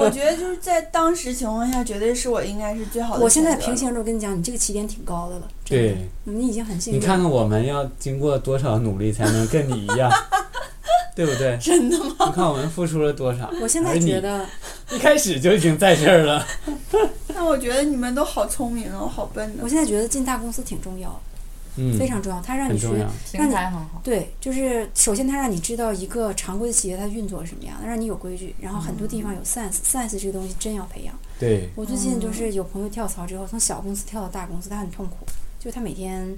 Speaker 2: 我觉得就是在当时情况下，绝对是我应该是最好的选择。
Speaker 5: 我现在平行着跟你讲，你这个起点挺高的了，真的嗯
Speaker 4: 对，
Speaker 5: 你已经很幸
Speaker 4: 你
Speaker 5: 运。
Speaker 4: 看看我们要经过多少努力才能跟你一 样，对不对？
Speaker 2: 真的吗？
Speaker 4: 你看我们付出了多少，
Speaker 5: 我现在
Speaker 4: 而你
Speaker 5: 觉得，
Speaker 4: 一开始就已经在这儿 了。
Speaker 2: 那我觉得你们都好聪明啊，我好笨呢
Speaker 5: 我。现在觉得进大公司挺重要，
Speaker 4: 嗯，
Speaker 5: 非常重要。它让
Speaker 4: 很
Speaker 5: 你去
Speaker 4: 重要。
Speaker 3: 平台很好，
Speaker 5: 对，就是首先它让你知道一个常规的企业它运作是什么样的，让你有规矩。然后很多地
Speaker 4: 哦
Speaker 5: 方有 sense，sense、这个东西真要培养。
Speaker 4: 对，
Speaker 5: 我最近
Speaker 4: 哦
Speaker 5: 就是有朋友跳槽之后，从小公司跳到大公司，他很痛苦，就是他每天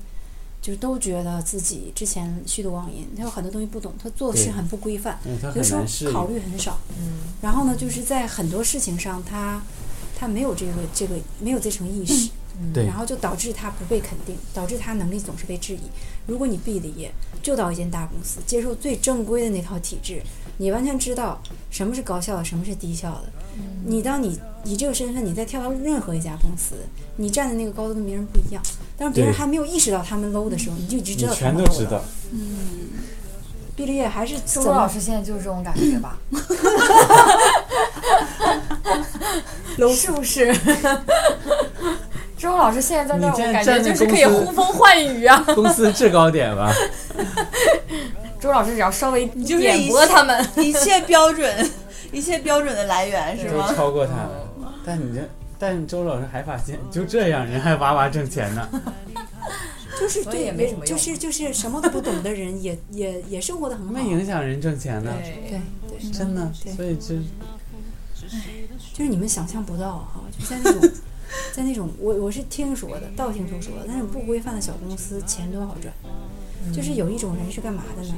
Speaker 5: 就是都觉得自己之前虚度光阴，他有很多东西不懂，他做的事
Speaker 4: 对
Speaker 5: 很不规范，
Speaker 4: 嗯，他
Speaker 5: 有的
Speaker 4: 很
Speaker 5: 时
Speaker 4: 难适
Speaker 5: 候考
Speaker 4: 应。
Speaker 5: 虑很少。
Speaker 3: 嗯，
Speaker 5: 然后呢，就是在很多事情上他。他没有这个这个没有这层意识，
Speaker 3: 嗯
Speaker 5: 嗯
Speaker 4: 对
Speaker 5: 然后就导致他不被肯定，导致他能力总是被质疑。如果你毕了业，就到一间大公司，接受最正规的那套体制，你完全知道什么是高效的，什么是低效的。
Speaker 3: 嗯
Speaker 5: 你当你以这个身份，你再跳到任何一家公司，你站的那个高度跟别人不一样，但是别人
Speaker 4: 对
Speaker 5: 还没有意识到他们 low 的时候，你就已经知
Speaker 4: 你
Speaker 5: 道他
Speaker 4: 全
Speaker 5: 们
Speaker 4: 都
Speaker 5: low
Speaker 4: 知
Speaker 5: 了。
Speaker 4: 道，
Speaker 5: 毕了业还是
Speaker 3: 周
Speaker 5: 怎
Speaker 3: 周老
Speaker 5: 么
Speaker 3: 师现在就是这种感觉吧，是不是？周老师现在在那儿，
Speaker 4: 你
Speaker 3: 我
Speaker 4: 站
Speaker 3: 感觉
Speaker 4: 站在
Speaker 3: 就是可以
Speaker 4: 公司
Speaker 3: 呼风唤雨 啊。
Speaker 4: 公司制高点 吧。
Speaker 3: 周老师只要稍微
Speaker 2: 就是
Speaker 3: 点拨他们，
Speaker 2: 一切标准， 一切标准的来源是
Speaker 4: 都
Speaker 2: 吗？
Speaker 4: 超过他了。
Speaker 5: 哦
Speaker 4: 但你这，但周老师还发现，就这样人还哇哇挣钱呢。
Speaker 5: 就是
Speaker 3: 所以
Speaker 5: 对，
Speaker 3: 也没什么
Speaker 5: 就
Speaker 3: 用
Speaker 5: 是就是什么都不懂的人也也也生活的很
Speaker 4: 没
Speaker 5: 好。
Speaker 4: 影响人挣钱呢，
Speaker 5: 对
Speaker 3: 对，
Speaker 5: 对，
Speaker 4: 真的。
Speaker 5: 对
Speaker 4: 所以这
Speaker 5: 就是你们想象不到哈，就在那种在那种我我是听说的，道听途说的，那种不规范的小公司钱多好赚。就是有一种人是干嘛的呢？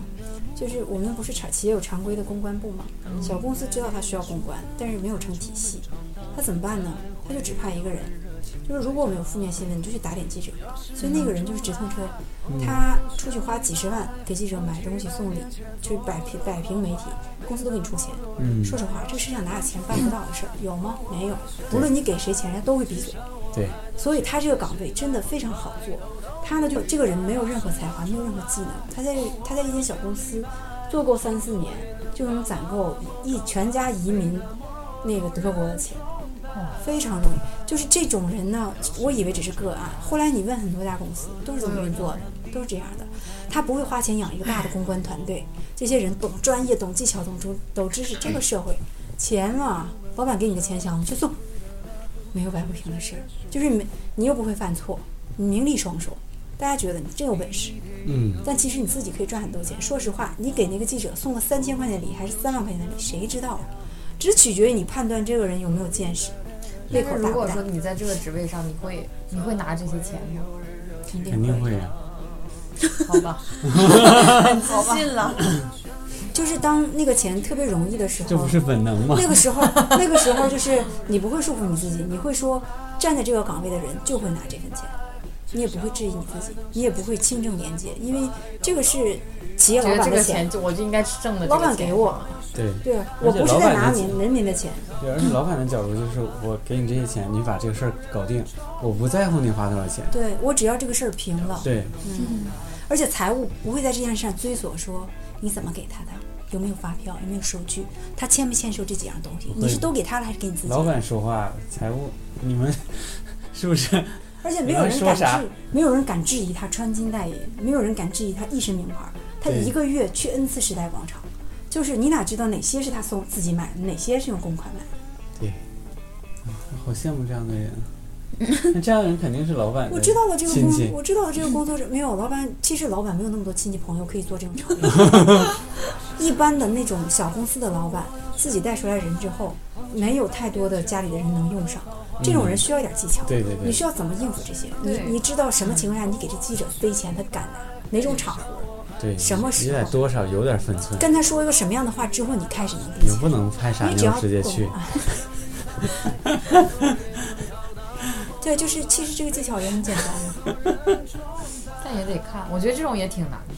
Speaker 5: 就是我们不是常企业有常规的公关部吗？小公司知道它需要公关，但是没有成体系，它怎么办呢？他就只怕一个人，就是如果我们有负面新闻，你就去打脸记者。所以那个人就是直通车，他出去花几十万给记者买东西送礼，去摆平摆平媒体，公司都给你出钱。
Speaker 4: 嗯
Speaker 5: 说实话，这世上哪有钱办不到的事儿？有吗？没有。无论你给谁钱，人家都会闭嘴。
Speaker 4: 对，
Speaker 5: 所以他这个岗位真的非常好做。他呢，就这个人没有任何才华，没有任何技能。他在他在一间小公司做够三四年，就能攒够一全家移民那个德国的钱，非常容易。就是这种人呢，我以为只是个案，啊后来你问很多家公司都是怎么运作的，都是这样的。他不会花钱养一个大的公关团队，这些人懂专业、懂技巧、懂知懂知识。这个社会，钱嘛，老板给你的钱箱就送，没有摆不平的事儿，就是你没你又不会犯错，你名利双收，大家觉得你真有本事，
Speaker 4: 嗯，
Speaker 5: 但其实你自己可以赚很多钱。说实话，你给那个记者送个三千块钱礼还是三万块钱的礼，谁知道啊？只取决于你判断这个人有没有见识，胃
Speaker 3: 但
Speaker 5: 口
Speaker 3: 是如
Speaker 5: 大不
Speaker 3: 果
Speaker 5: 大
Speaker 3: 说，你在这个职位上，你会你会拿这些钱吗？
Speaker 5: 肯定
Speaker 4: 肯定会啊。
Speaker 3: 好吧，
Speaker 2: 自信了，
Speaker 5: 就是当那个钱特别容易的时
Speaker 4: 这不
Speaker 5: 候，
Speaker 4: 是本能吗？
Speaker 5: 那个时候，那个时候就是你不会束缚你自己，你会说站在这个岗位的人就会拿这份钱，你也不会质疑你自己，你也不会清正廉洁，因为这个是企 业
Speaker 3: 觉
Speaker 5: 老
Speaker 3: 得
Speaker 5: 板
Speaker 3: 这
Speaker 5: 的
Speaker 3: 个钱就我就应该挣的这个
Speaker 5: 老
Speaker 3: 钱。
Speaker 5: 板给我，
Speaker 4: 对
Speaker 5: 对
Speaker 4: 啊而
Speaker 5: 我
Speaker 4: 且
Speaker 5: 不是
Speaker 4: 老
Speaker 5: 在
Speaker 4: 板
Speaker 5: 拿
Speaker 4: 的
Speaker 5: 民人民的钱，
Speaker 4: 对，而且老板的角度就是，我给你这些钱，你把这个事儿搞定，我不在乎你花多少钱。
Speaker 5: 对我只要这个事儿平了，
Speaker 4: 对，
Speaker 5: 而且财务不会在这件事上追索说你怎么给他的，有没有发票，有没有收据，他签没签收这几样东西，你是都给他了还是给你自己
Speaker 4: 老？板说话，财务，你们 是不是？
Speaker 5: 而且没有人
Speaker 4: 你们说
Speaker 5: 敢
Speaker 4: 啥
Speaker 5: 质，没有人敢质疑他穿金戴银，没有人敢质疑他一身名牌，他
Speaker 4: 对
Speaker 5: 一个月去 n 次时代广场，就是你哪知道哪些是他送自己买的，哪些是用公款买的？
Speaker 4: 对，好羡慕这样的人。 那这样的人肯定是老板的
Speaker 5: 我知道我这个
Speaker 4: 亲
Speaker 5: 工，
Speaker 4: 戚，
Speaker 5: 我知道我这个工作者没有老板，其实老板没有那么多亲戚朋友可以 做这种炒业。一般的那种小公司的老板，自己带出来人之后，没有太多的家里的人能用上。这种人需要一点技巧，
Speaker 4: 嗯对对对
Speaker 5: 你需要怎么应付这些？你
Speaker 3: 对
Speaker 5: 你知道什么情况下你给这记者塞钱，他敢拿？哪种场合？
Speaker 4: 对，
Speaker 5: 什么时
Speaker 4: 你
Speaker 5: 候
Speaker 4: 得多少有点分寸，
Speaker 5: 跟他说一个什么样的话之后，你开始能理
Speaker 4: 你
Speaker 5: 解。
Speaker 4: 不能拍傻
Speaker 5: 你只
Speaker 4: 妞
Speaker 5: 要
Speaker 4: 直接去
Speaker 5: 懂。啊 对，就是其实这个技巧也很简单的，
Speaker 3: 但也得看，我觉得这种也挺难的。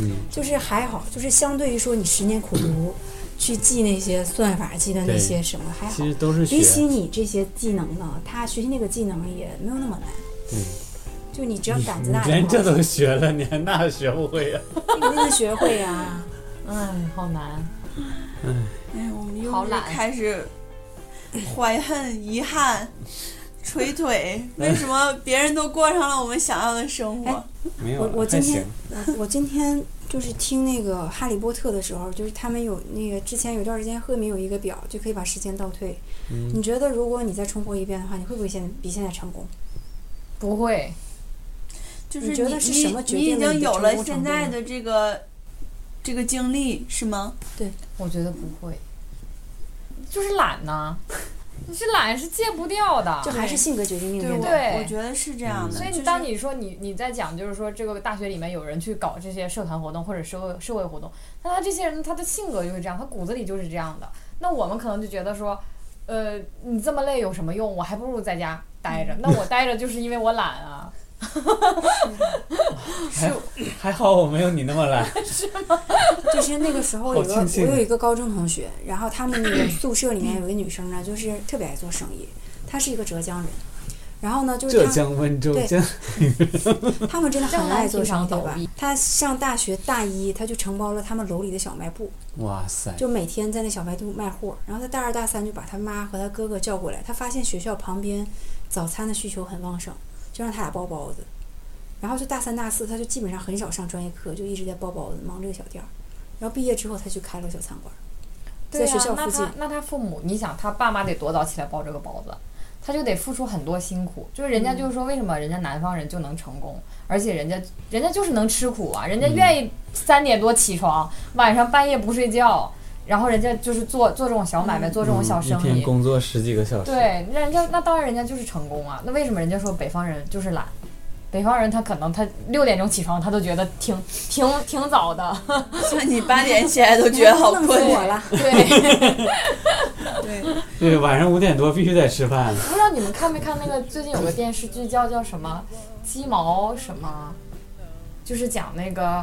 Speaker 4: 嗯，
Speaker 5: 就是还好，就是相对于说你十年苦读，去记那些算法，记的那
Speaker 4: 对
Speaker 5: 些什么还好
Speaker 4: 其。实都是啊
Speaker 5: 比
Speaker 4: 学。
Speaker 5: 起你这些技能呢，他学习那个技能也没有那么难。
Speaker 4: 对，
Speaker 5: 就你只要胆子
Speaker 4: 嗯你
Speaker 5: 大就好，
Speaker 4: 连这 都学了，你还那学不会啊呀、
Speaker 5: 你肯定能学会啊。
Speaker 3: 哎，好难。
Speaker 2: 哎，我们又
Speaker 3: 好
Speaker 2: 是
Speaker 3: 懒
Speaker 2: 开始怀恨、遗憾、捶腿，为什么别人都过上了我们想要的生活？
Speaker 4: 没有
Speaker 5: 我
Speaker 4: 了，
Speaker 5: 我
Speaker 4: 还
Speaker 5: 今
Speaker 4: 行
Speaker 5: 天。我我今天就是听那个《哈利波特》的时候，就是他们有那个之前有段时间赫敏有一个表，就可以把时间倒退。
Speaker 4: 嗯
Speaker 5: 你觉得如果你再重活一遍的话，你会不会现比现在成功？
Speaker 3: 不会，
Speaker 2: 就是
Speaker 5: 你觉得是什么决
Speaker 2: 你
Speaker 5: 定
Speaker 2: 已
Speaker 5: 了
Speaker 2: 经
Speaker 5: 你的
Speaker 2: 有
Speaker 5: 成
Speaker 2: 了
Speaker 5: 功
Speaker 2: 现
Speaker 5: 程度
Speaker 2: 在
Speaker 5: 呢
Speaker 2: 的这个这个经历是吗？
Speaker 3: 我觉得不会，就是懒呐、 你是懒是戒不掉的。
Speaker 5: 就还是性格决定命
Speaker 2: 对，嗯
Speaker 5: 运
Speaker 2: 我
Speaker 5: 吧。
Speaker 3: 对
Speaker 2: 我觉得是这样的。
Speaker 3: 所以
Speaker 2: 就
Speaker 3: 你
Speaker 2: 是
Speaker 3: 当你说你你在讲，就是说这个大学里面有人去搞这些社团活动或者社会社会活动，那他这些人他的性格就是这样，他骨子里就是这样的。那我们可能就觉得说，呃，你这么累有什么用？我还不如在家待
Speaker 2: 嗯
Speaker 3: 着。那我待着就是因为我懒啊。
Speaker 4: 还还好我没有你那么懒。
Speaker 5: 就是那个时候有个
Speaker 4: 好庆幸啊
Speaker 5: 我有一个高中同学，然后他们 那个宿舍里面有个女生呢，就是特别爱做生意，她是一个浙江人。然后呢，就是
Speaker 4: 浙
Speaker 5: 她
Speaker 4: 江温州
Speaker 5: 对
Speaker 4: 江，
Speaker 5: 他们真的很爱做生意，
Speaker 3: 江南平常
Speaker 5: 对吧
Speaker 3: 倒闭？
Speaker 5: 她上大学大一，她就承包了他们楼里的小卖部，
Speaker 4: 哇塞，
Speaker 5: 就每天在那小卖部卖货。然后他大二大三就把他妈和他哥哥叫过来，他发现学校旁边早餐的需求很旺盛，就让他俩包包子。然后就大三大四，他就基本上很少上专业课，就一直在包包子，忙这个小店儿。然后毕业之后，他去开了个小餐馆，在学校附近
Speaker 3: 那他。那他父母，你想他爸妈得多早起来包这个包子，他就得付出很多辛苦。就是人家
Speaker 5: 嗯
Speaker 3: 就是说，为什么人家南方人就能成功，而且人家人家就是能吃苦啊，人家
Speaker 5: 嗯
Speaker 3: 愿意三点多起床，晚上半夜不睡觉，然后人家就是做做这种小买卖，做这种小
Speaker 4: 嗯
Speaker 3: 生
Speaker 4: 一天
Speaker 3: 意。
Speaker 4: 工作十几个小时，
Speaker 3: 对，那人家那当然人家就是成功啊。那为什么人家说北方人就是懒？北方人他可能他六点钟起床，他都觉得挺挺挺早的。
Speaker 2: 像 你八点起来都觉得好
Speaker 5: 弄
Speaker 2: 困
Speaker 5: 死，我了。
Speaker 3: 对，
Speaker 2: 对，
Speaker 4: 对，晚上五点多必须得吃饭。
Speaker 3: 不知道你们看没看那个最近有个电视剧叫叫什么鸡毛什么，就是讲那个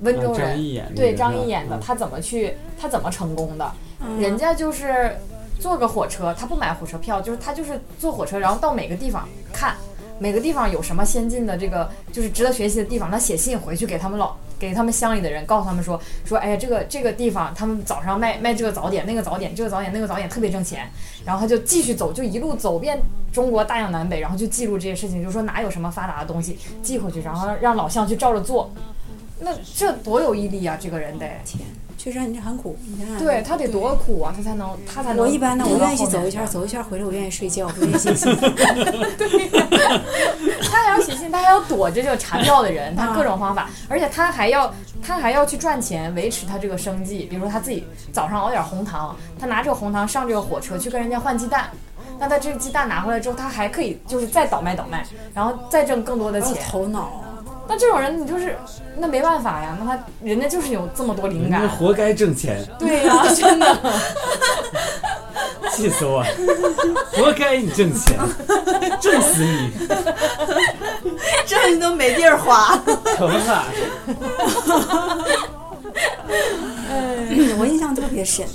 Speaker 3: 温州
Speaker 4: 啊张
Speaker 3: 人，
Speaker 4: 一演的
Speaker 3: 对
Speaker 4: 是
Speaker 3: 张
Speaker 4: 吧
Speaker 3: 一演的，
Speaker 4: 嗯
Speaker 3: 他怎么去他怎么成功的？
Speaker 5: 嗯
Speaker 3: 人家就是坐个火车，他不买火车票，就是他就是坐火车，然后到每个地方看每个地方有什么先进的这个就是值得学习的地方，他写信回去给他们老给他们乡里的人，告诉他们说说，哎呀，这个这个地方他们早上卖卖这个早点，那个早点，这个早点，那个早点特别挣钱，然后他就继续走，就一路走遍中国大江南北，然后就记录这些事情，就说哪有什么发达的东西寄回去，然后让老乡去照着做。那这多有毅力啊！这个人得，
Speaker 5: 天，确实你这很苦，你看。
Speaker 3: 对他得多苦啊，他才能他才能。
Speaker 5: 嗯我一般呢，我愿意去
Speaker 3: 后面
Speaker 5: 走一
Speaker 3: 这
Speaker 5: 圈
Speaker 3: 样
Speaker 5: 儿，走一圈儿回来，我愿意 睡觉，不愿意写信。
Speaker 3: 他还要写信，他还要躲着这个查票的 人，
Speaker 5: 嗯
Speaker 3: 他各种方法，而且他还要他还要去赚钱维持他这个生计，比如说他自己早上熬点红糖，他拿这个红糖上这个火车去跟人家换鸡蛋。那他这个鸡蛋拿回来之后，他还可以就是再倒卖倒卖，然后再挣更多的
Speaker 5: 我有
Speaker 3: 钱。
Speaker 5: 头脑啊，
Speaker 3: 那这种人你就是那没办法呀，那他人家就是有这么多灵
Speaker 4: 人家
Speaker 3: 感。
Speaker 4: 活该挣钱，
Speaker 3: 对啊呀、真的。
Speaker 4: 气死我！活该你挣钱， 挣死你！
Speaker 2: 这你都没地儿花。
Speaker 4: 可不咋。
Speaker 5: 我印象特别深。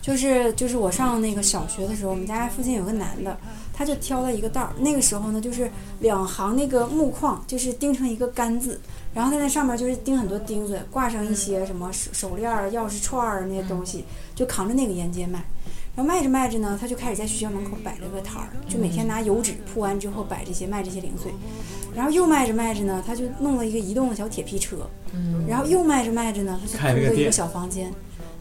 Speaker 5: 就是就是我上那个小学的时候，我们家附近有个男的，他就挑了一个道儿。那个时候呢，就是两行那个木框，就是钉成一个杆字，然后在那上面就是钉很多钉子，挂上一些什么手手链儿、钥匙串儿那些东西，就扛着那个沿街卖。然后卖着卖着呢，他就开始在学校门口摆了个摊儿，就每天拿油纸铺完之后摆这些卖这些零碎。然后又卖着卖着呢，他就弄了一个移动的小铁皮车，然后又卖着卖着呢，他
Speaker 4: 开了
Speaker 5: 就
Speaker 4: 个
Speaker 5: 租了一个
Speaker 4: 店
Speaker 5: 小房间。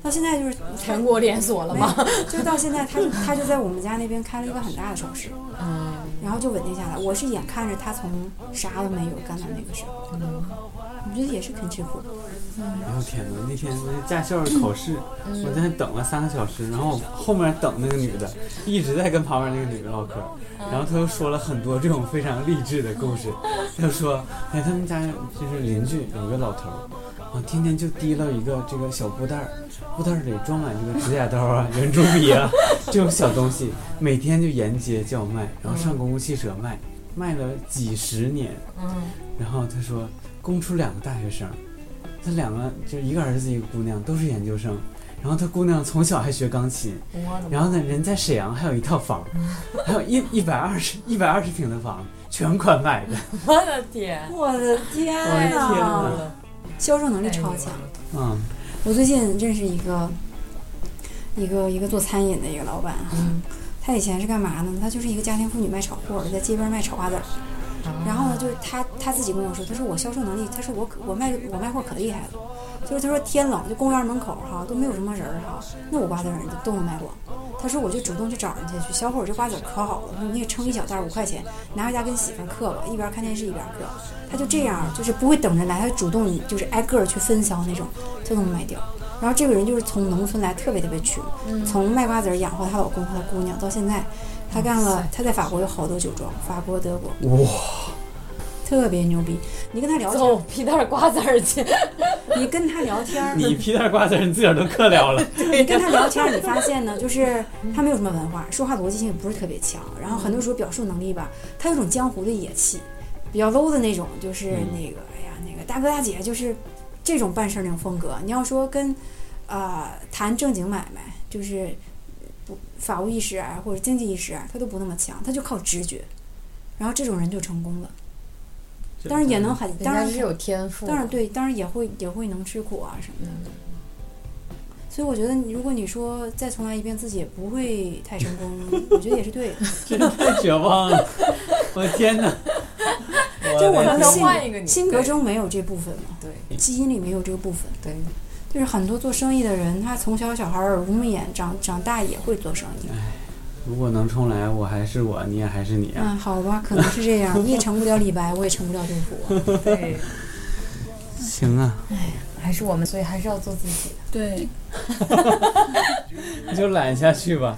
Speaker 5: 到现在就是
Speaker 3: 全国连锁了
Speaker 5: 没
Speaker 3: 吗？
Speaker 5: 有，就到现在他就他就在我们家那边开了一个很大的超市，
Speaker 3: 嗯，
Speaker 5: 然后就稳定下来。我是眼看着他从啥都没有干到那个时候，我觉得也是肯吃苦。
Speaker 4: 哎呦天哪！那天那驾校考试，我
Speaker 5: 嗯
Speaker 4: 在那等了三个小时，然后后面等那个女的一直在跟旁边那个女的唠嗑，然后她又说了很多这种非常励志的故事。她说，哎，他们家就是邻居有个老头儿，啊，天天就提了一个这个小布袋儿，布袋儿里装满这个指甲刀啊、圆珠笔啊这种小东西，每天就沿街叫卖，然后上公共汽车卖，卖了几十年。
Speaker 3: 嗯，
Speaker 4: 然后他说供出两个大学生，他两个就一个儿子一个姑娘都是研究生，然后他姑娘从小还学钢琴，
Speaker 3: 我的妈
Speaker 4: 然后呢人在沈阳还有一套 房，还有一一百二十一百二十平的房，全款买的，
Speaker 3: 我的天！啊
Speaker 5: 我的天
Speaker 4: 我的天
Speaker 5: 呐，
Speaker 4: 哪！
Speaker 5: 销售能力超强。
Speaker 4: 嗯，
Speaker 5: 我最近认识一个一个一个做餐饮的一个老板，他以前是干嘛呢？他就是一个家庭妇女卖炒货儿，在街边卖炒瓜子儿。然后呢，就是他他自己跟我说，他说我销售能力，他说我可我卖我卖货可厉害了，就是他说天冷就公园门口哈都没有什么人儿哈，那我瓜子儿你都能卖光。他说我就主动去找人家去，小伙儿这瓜子儿可好了，我说你也称一小袋儿五块钱，拿回家跟媳妇儿嗑吧，一边看电视一边嗑。他就这样，就是不会等着来，他主动就是挨个儿去分销那种，他都能卖掉。然后这个人就是从农村来，特别特别穷，从卖瓜子儿养活她老公和她姑娘，到现在，她干了，她在法国有好多酒庄，法国、德国，
Speaker 4: 哇，
Speaker 5: 特别牛逼。你跟他聊
Speaker 3: 哎走
Speaker 5: 天，
Speaker 3: 皮蛋瓜子儿去，
Speaker 5: 你跟他聊天，
Speaker 4: 你皮蛋瓜子儿你自个儿都嗑了 了，
Speaker 5: 你跟他聊 天，你发现呢，就是他没有什么文化，说话逻辑性也不是特别强，然后很多时候表述能力吧，他有种江湖的野气，比较 low 的那种，就是那个，哎呀，那个大哥大姐就是这种办事儿那种风格。你要说跟啊、呃谈正经买卖，就是不法务意识啊或者经济意识啊，他都不那么强，他就靠直觉，然后这种人就成功了。当然也能很，当然
Speaker 3: 有天赋
Speaker 5: 当然对，当然也会也会能吃苦啊什么的。嗯所以我觉得你，如果你说再重来一遍，自己也不会太成 功，我觉得也是对的。
Speaker 4: 真的太绝望 了，我天哪！
Speaker 5: 这我
Speaker 4: 的
Speaker 5: 们
Speaker 4: 天
Speaker 5: 性
Speaker 3: 换一个你
Speaker 5: 性格中没有这部分嘛，
Speaker 3: 对
Speaker 5: 基因里没有这个部分。
Speaker 3: 对，
Speaker 5: 就是很多做生意的人，他从小小孩耳濡目染，长长大也会做生意。
Speaker 4: 如果能重来，我还是我，你也还是你啊！
Speaker 5: 嗯，好吧，可能是这样。你也成不了李白，我也成不了杜甫。啊
Speaker 3: 对，
Speaker 4: 行啊，
Speaker 3: 还是我们，所以还是要做自己的。
Speaker 2: 对，
Speaker 4: 你就懒下去吧，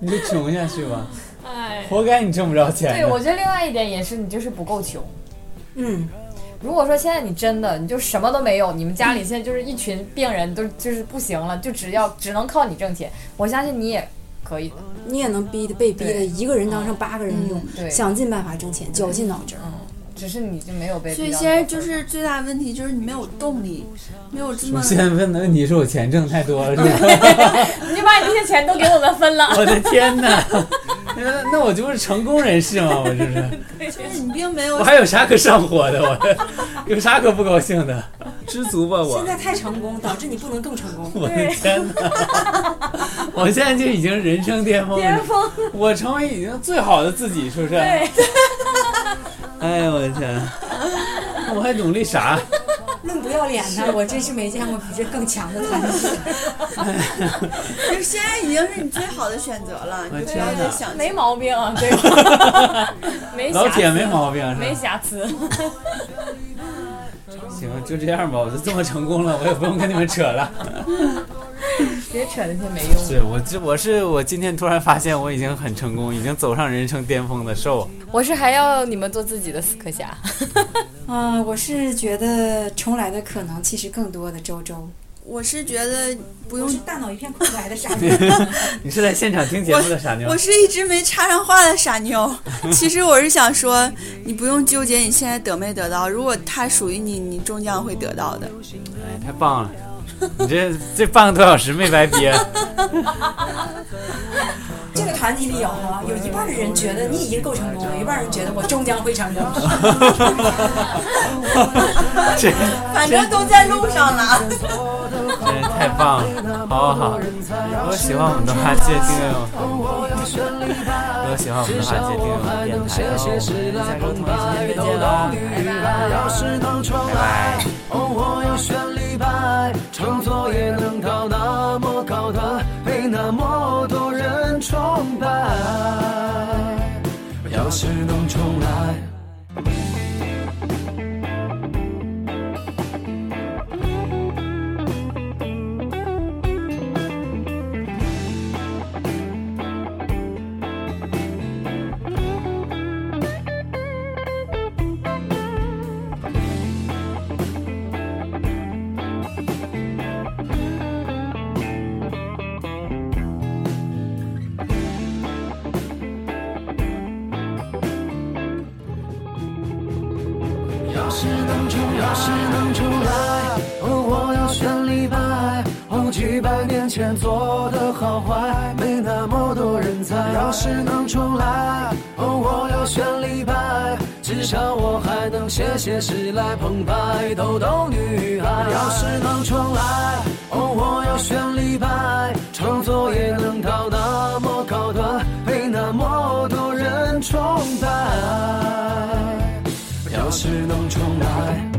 Speaker 4: 你就穷下去吧。
Speaker 3: 哎
Speaker 4: 活该你挣不着钱。
Speaker 3: 对，我觉得另外一点也是，你就是不够穷。
Speaker 5: 嗯，
Speaker 3: 如果说现在你真的你就什么都没有，你们家里现在就是一群病人，都就是不行了，就只要只能靠你挣钱，我相信你也可以的。
Speaker 5: 你也能逼的被逼的
Speaker 3: 对
Speaker 5: 一个人当上八个人用，
Speaker 3: 对，
Speaker 5: 想尽办法挣钱，绞尽脑汁儿。
Speaker 3: 只是你就没有被。
Speaker 2: 所以现在就。是最大问题就是你没有动力，没有这
Speaker 4: 我
Speaker 2: 么
Speaker 4: 现在问的问题是我钱挣太多 了，是吧？
Speaker 3: 你就把你这些钱都给我们分 了。
Speaker 4: 我的天哪！那那我就是成功人士吗？我这是，
Speaker 2: 就是你并没有
Speaker 4: 我还有啥可上火的？我有啥可不高兴的？知足吧，我
Speaker 5: 现。在太成功，导致你不能更成 功。
Speaker 4: 我的天哪！我现在就已经人生巅峰了，
Speaker 3: 峰，
Speaker 4: 我成为已经最好的自己，是不是？
Speaker 3: 对，
Speaker 4: 哎呦我的天！我还努力啥？
Speaker 5: 论不要脸呢，我真是没见过比这更强的团体。
Speaker 2: 就是现在已经是你最好的选择了，
Speaker 4: 我
Speaker 2: 你就不
Speaker 4: 天
Speaker 2: 要
Speaker 4: 哪
Speaker 2: 再想
Speaker 3: 没毛病啊，对吧？ 没瑕疵
Speaker 4: 老铁没毛病是吧？
Speaker 3: 没瑕疵。
Speaker 4: 行，就这样吧，我就这么成功了，我也不用跟你们扯了。
Speaker 3: 别扯那些没用的。
Speaker 4: 是我这我是我今天突然发现我已经很成功，已经走上人生巅峰的瘦。
Speaker 3: 我是还要你们做自己的死磕侠。
Speaker 5: 啊、我是觉得重来的可能其实更多的周周，
Speaker 2: 我是觉得不
Speaker 5: 不
Speaker 2: 用
Speaker 5: 是，大脑一片空白的傻逼。
Speaker 4: 你是在现场听节目的傻妞
Speaker 2: 我？是一直没插上话的傻妞。其实我是想说，你不用纠结你现在得没得到，如果它属于你，你终将会得到的。
Speaker 4: 哎，太棒了！你这这半个多小时没白憋，
Speaker 5: 这个团体里有哈，有一半的人觉得你已经够成功了，有一半人觉得我终将会成功。
Speaker 4: 这
Speaker 2: 反正都在路上了。
Speaker 4: 真是太棒了！好好好，如果喜欢我们的话，记得订阅我。如果喜欢我们的话，记得订阅我们的电台哦。我们下周同一时间再见啦，
Speaker 1: 要是能重
Speaker 4: 拜
Speaker 1: 来。
Speaker 4: 拜。
Speaker 1: 哦，我要选李白，创作也能到那么高的，被那么多人崇拜。要是能重来。要是能重，要是能重来，哦，我要选李白。哦，几百年前做的好坏，没那么多人猜。要是能重来，哦，我要选李白。至少我还能写写诗来澎湃逗逗女孩。要是能重来，哦，我要选李白。创作也能到那么高端，被那么多人崇拜。要是能重来。